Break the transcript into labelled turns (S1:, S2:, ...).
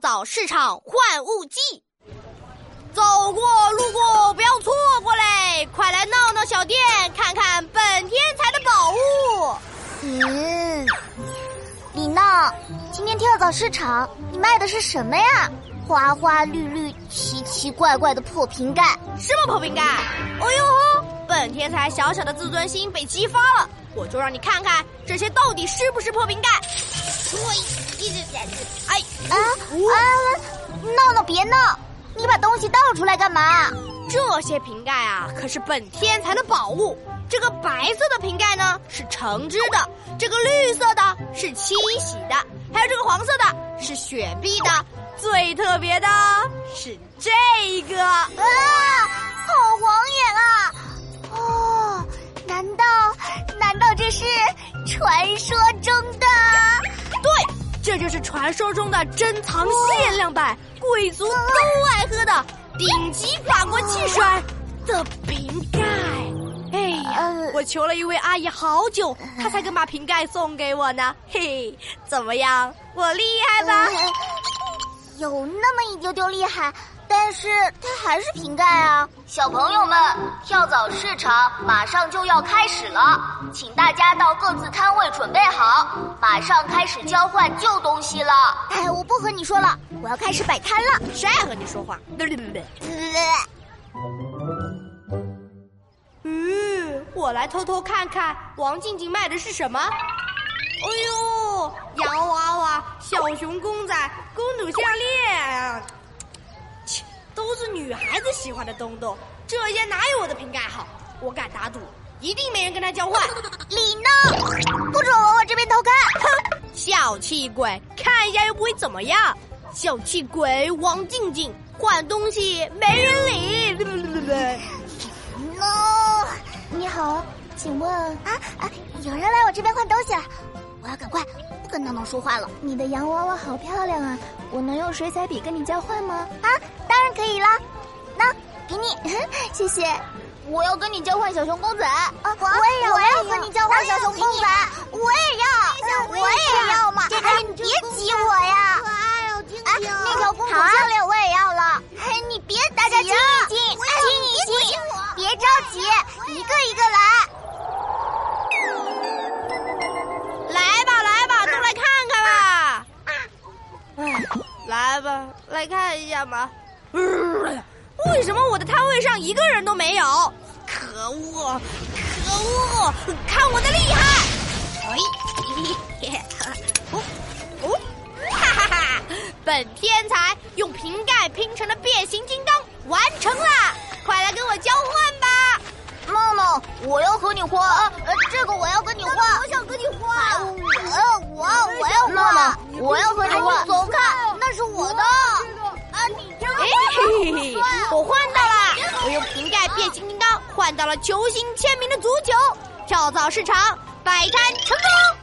S1: 早市场换物季，走过路过不要错过嘞！快来闹闹小店看看本天才的宝物。
S2: 嗯，李闹，今天跳蚤市场你卖的是什么呀？花花绿绿、奇奇怪怪的破瓶盖，
S1: 什么破瓶盖？哦呦吼！本天才小小的自尊心被激发了，我就让你看看这些到底是不是破瓶盖。哎，
S2: 啊啊！闹闹别闹，你把东西倒出来干嘛？
S1: 这些瓶盖啊，可是本天才的宝物。这个白色的瓶盖呢是橙汁的，这个绿色的是七喜的，还有这个黄色的是雪碧的，最特别的是这个。
S2: 啊，好晃眼啊！哦，难道难道这是传说中的？
S1: 对，这就是传说中的珍藏限量版，贵族都爱喝的顶级法国汽水
S2: 哦
S1: 的瓶盖。哎呀，
S2: 呃，
S1: 我求了一位阿姨好久，她才肯把瓶盖送给我呢。嘿，怎么样，我厉害吧？
S2: 呃
S3: 嗯
S2: 有那么一丢丢厉害，但是它还是瓶盖啊。
S3: 小朋友们，跳蚤市场马上就要开始了，请大家到各自摊位准备好，马上开始交换旧东西了。
S2: 哎，我不和你说了，我要开始摆摊了。
S1: 谁爱和你 说话？对对对对。
S3: 呃
S1: 嗯，我来偷偷看看王静静卖的是什么。哎呦，洋娃娃、小熊公仔、公主项链，切，都是女孩子喜欢的东东，这些哪有我的瓶盖好？我敢打赌，一定没人跟他交换。
S2: 李闹，不准往我这边偷看！
S1: 小气鬼，看一下又不会怎么样。小气鬼王静静换东西没人理。
S2: No，你好，请问啊啊，有人来我这边换东西了，我要赶快，不跟闹闹说话了。你的洋娃娃好漂亮啊，我能用水彩笔跟你交换吗？啊，当然可以啦，那给你，谢谢。
S3: 我要跟你交换小熊公仔。
S2: 啊，我也要，我也要和你交换小熊公仔，我也要，我也要嘛！哎，你别挤我呀！哎，那条公主项链我也要了。哎，你别，大家静一静，静一静，别着急，一个一个来。
S1: 来吧，来吧，都来看看吧。哎，来吧，来看一下嘛。为什么我的摊位上一个人都没有？可恶，可恶！看我的厉害！哎，嘿嘿哦哦，哈哈哈！本天才用瓶盖拼成了变形金刚，完成啦！快来跟我交换吧！
S3: 闹闹，我要和你换。
S2: 呃，这个我要跟你换，我想跟你换。我我我要
S3: 闹闹
S2: 换，，
S3: 我要和你换。
S2: 哎走开，那是我的。啊，你这
S1: 哎，嘿嘿嘿我换到了！我用瓶盖变形金刚换到了球星签名的足球，跳蚤市场摆摊成功。